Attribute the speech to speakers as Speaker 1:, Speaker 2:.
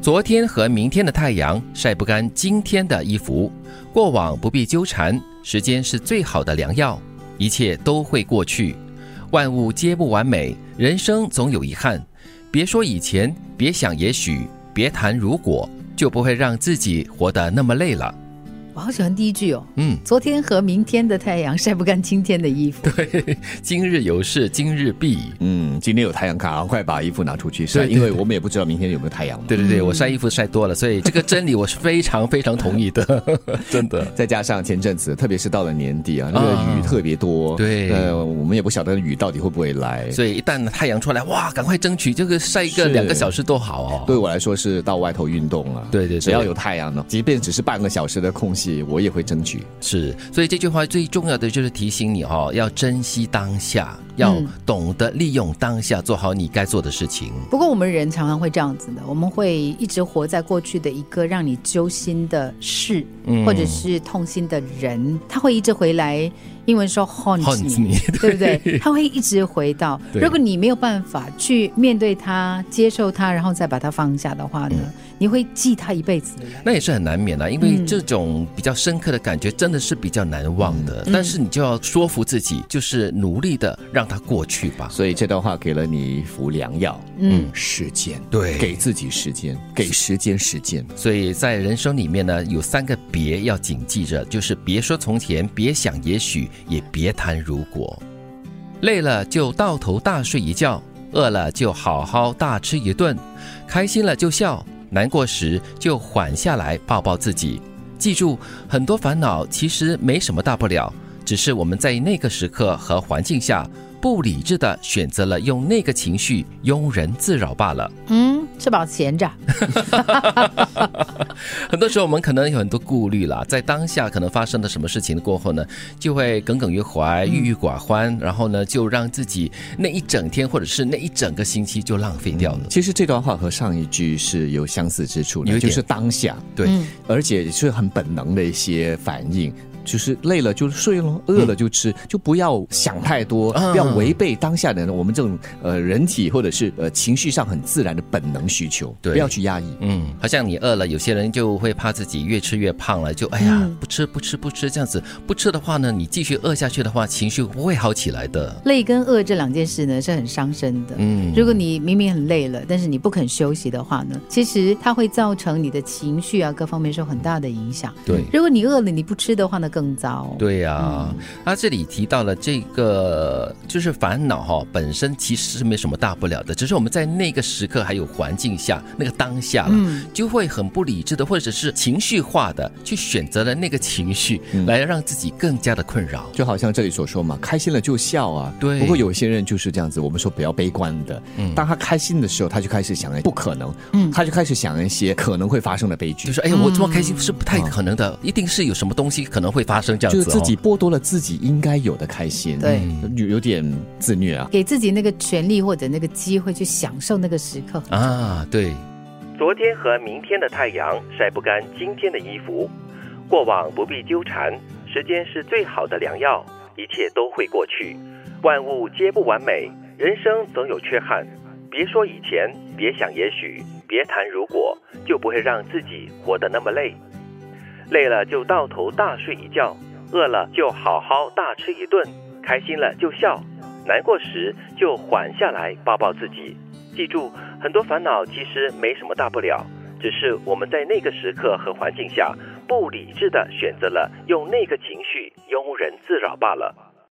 Speaker 1: 昨天和明天的太阳晒不干今天的衣服，过往不必纠缠，时间是最好的良药，一切都会过去。万物皆不完美，人生总有遗憾。别说以前，别想也许，别谈如果，就不会让自己活得那么累了。
Speaker 2: 我好喜欢第一句哦，
Speaker 1: 嗯，
Speaker 2: 昨天和明天的太阳晒不干今天的衣 服。
Speaker 1: 对，今日有事今日毕矣。
Speaker 3: 嗯，今天有太阳，赶快把衣服拿出去晒，
Speaker 1: 对对
Speaker 3: 因为我们也不知道明天有没有太阳嘛。
Speaker 1: 对对对，我晒衣服晒多了，所以这个真理我是非常非常同意的， 真的。
Speaker 3: 再加上前阵子，特别是到了年底啊，那个
Speaker 1: 啊
Speaker 3: 雨特别多，
Speaker 1: 对
Speaker 3: 呃，我们也不晓得雨到底会不会来。
Speaker 1: 所以一旦太阳出来，哇，赶快争取这个晒个
Speaker 3: 是
Speaker 1: 两个小时多好哦。
Speaker 3: 对我来说是到外头运动了，
Speaker 1: 对对对
Speaker 3: 只要有太阳呢，即便只是半个小时的空隙，我也会争取。
Speaker 1: 是，所以这句话最重要的就是提醒你哦，要珍惜当下，要
Speaker 2: 嗯
Speaker 1: 懂得利用当下，做好你该做的事情。
Speaker 2: 不过我们人常常会这样子的，我们会一直活在过去的一个让你揪心的事，
Speaker 1: 嗯
Speaker 2: 或者是痛心的人，他会一直回来。英 文说 haunt 你，
Speaker 1: Haunt 你
Speaker 2: 对不对？他会一直回到。
Speaker 1: 对
Speaker 2: 如果你没有办法去面对他、接受他，然后再把他放下的话呢，
Speaker 1: 嗯
Speaker 2: 你会记他一辈子的。
Speaker 1: 那也是很难免啊啦、因为
Speaker 2: 嗯
Speaker 1: 这种比较深刻的感觉真的是比较难忘
Speaker 2: 嗯
Speaker 1: 的。但是你就要说服自己，就是努力的让它过去吧。
Speaker 3: 所以这段话给了你一副良药，
Speaker 2: 嗯，
Speaker 3: 时间，
Speaker 1: 对
Speaker 3: 给自己时间，给时间时间。
Speaker 1: 所以在人生里面呢，有三个别要谨记着，就是别说从前，别想也许，也别谈如果。累了就到头大睡一觉，饿了就好好大吃一顿，开心了就笑，难过时就缓下来抱抱自己。记住，很多烦恼其实没什么大不了，只是我们在那个时刻和环境下不理智的选择了用那个情绪庸人自扰罢了。
Speaker 2: 嗯，吃饱闲着。
Speaker 1: 很多时候我们可能有很多顾虑啦，在当下可能发生了什么事情过后呢，就会耿耿于怀、郁郁寡欢，然后呢，就让自己那一整天或者是那一整个星期就浪费掉了。
Speaker 3: 其实这段话和上一句是有相似之处
Speaker 1: 有
Speaker 3: 的，
Speaker 1: 一
Speaker 3: 就
Speaker 1: 点
Speaker 3: 是当下，
Speaker 1: 对
Speaker 2: 嗯
Speaker 3: 而且是很本能的一些反应。就是累了就睡咯，饿了就吃，就不要想太多，
Speaker 1: 啊
Speaker 3: 不要违背当下的我们这种呃人体或者是呃情绪上很自然的本能需求，
Speaker 1: 对
Speaker 3: 不要去压抑。
Speaker 1: 嗯，好像你饿了，有些人就会怕自己越吃越胖了，就哎呀、
Speaker 2: 嗯
Speaker 1: 不吃不吃不吃这样子，不吃的话呢，你继续饿下去的话，情绪不会好起来的。
Speaker 2: 累跟饿这两件事呢是很伤身的。
Speaker 1: 嗯
Speaker 2: 如果你明明很累了，但是你不肯休息的话呢，其实它会造成你的情绪啊各方面受很大的影响。
Speaker 1: 对
Speaker 2: 如果你饿了你不吃的话呢，更糟。，
Speaker 1: 对呀、
Speaker 3: 嗯
Speaker 1: 他这里提到了这个，就是烦恼哈、本身其实是没什么大不了的，只是我们在那个时刻还有环境下那个当下了，
Speaker 2: 嗯
Speaker 1: 就会很不理智的或者是情绪化的去选择了那个情绪，来让自己更加的困扰。
Speaker 3: 嗯就好像这里所说嘛，开心了就笑啊。
Speaker 1: 对
Speaker 3: 不过有些人就是这样子，我们说不要悲观的。
Speaker 1: 嗯
Speaker 3: 当他开心的时候，他就开始想不可能，
Speaker 2: 嗯
Speaker 3: 他就开始想一些可能会发生的悲剧
Speaker 1: 就。是哎呀，我这么开心是不太可能的，一定是有什么东西可能会发生这样
Speaker 3: 嗯就
Speaker 1: 子、哦。
Speaker 3: 是自己剥夺了自己应该有的开心，
Speaker 2: 对
Speaker 3: 嗯，有有点自虐啊。
Speaker 2: 给自己那个权利或者那个机会去享受那个时刻。
Speaker 1: 啊，对。昨天和明天的太阳晒不干今天的衣服，过往不必纠缠，时间是最好的良药，一切都会过去。万物皆不完美，人生总有缺憾。别说以前，别想也许，别谈如果，就不会让自己活得那么累。累了就到头大睡一觉，饿了就好好大吃一顿，开心了就笑，难过时就缓下来抱抱自己。记住，很多烦恼其实没什么大不了，只是我们在那个时刻和环境下不理智的选择了用那个情绪庸人自扰罢了。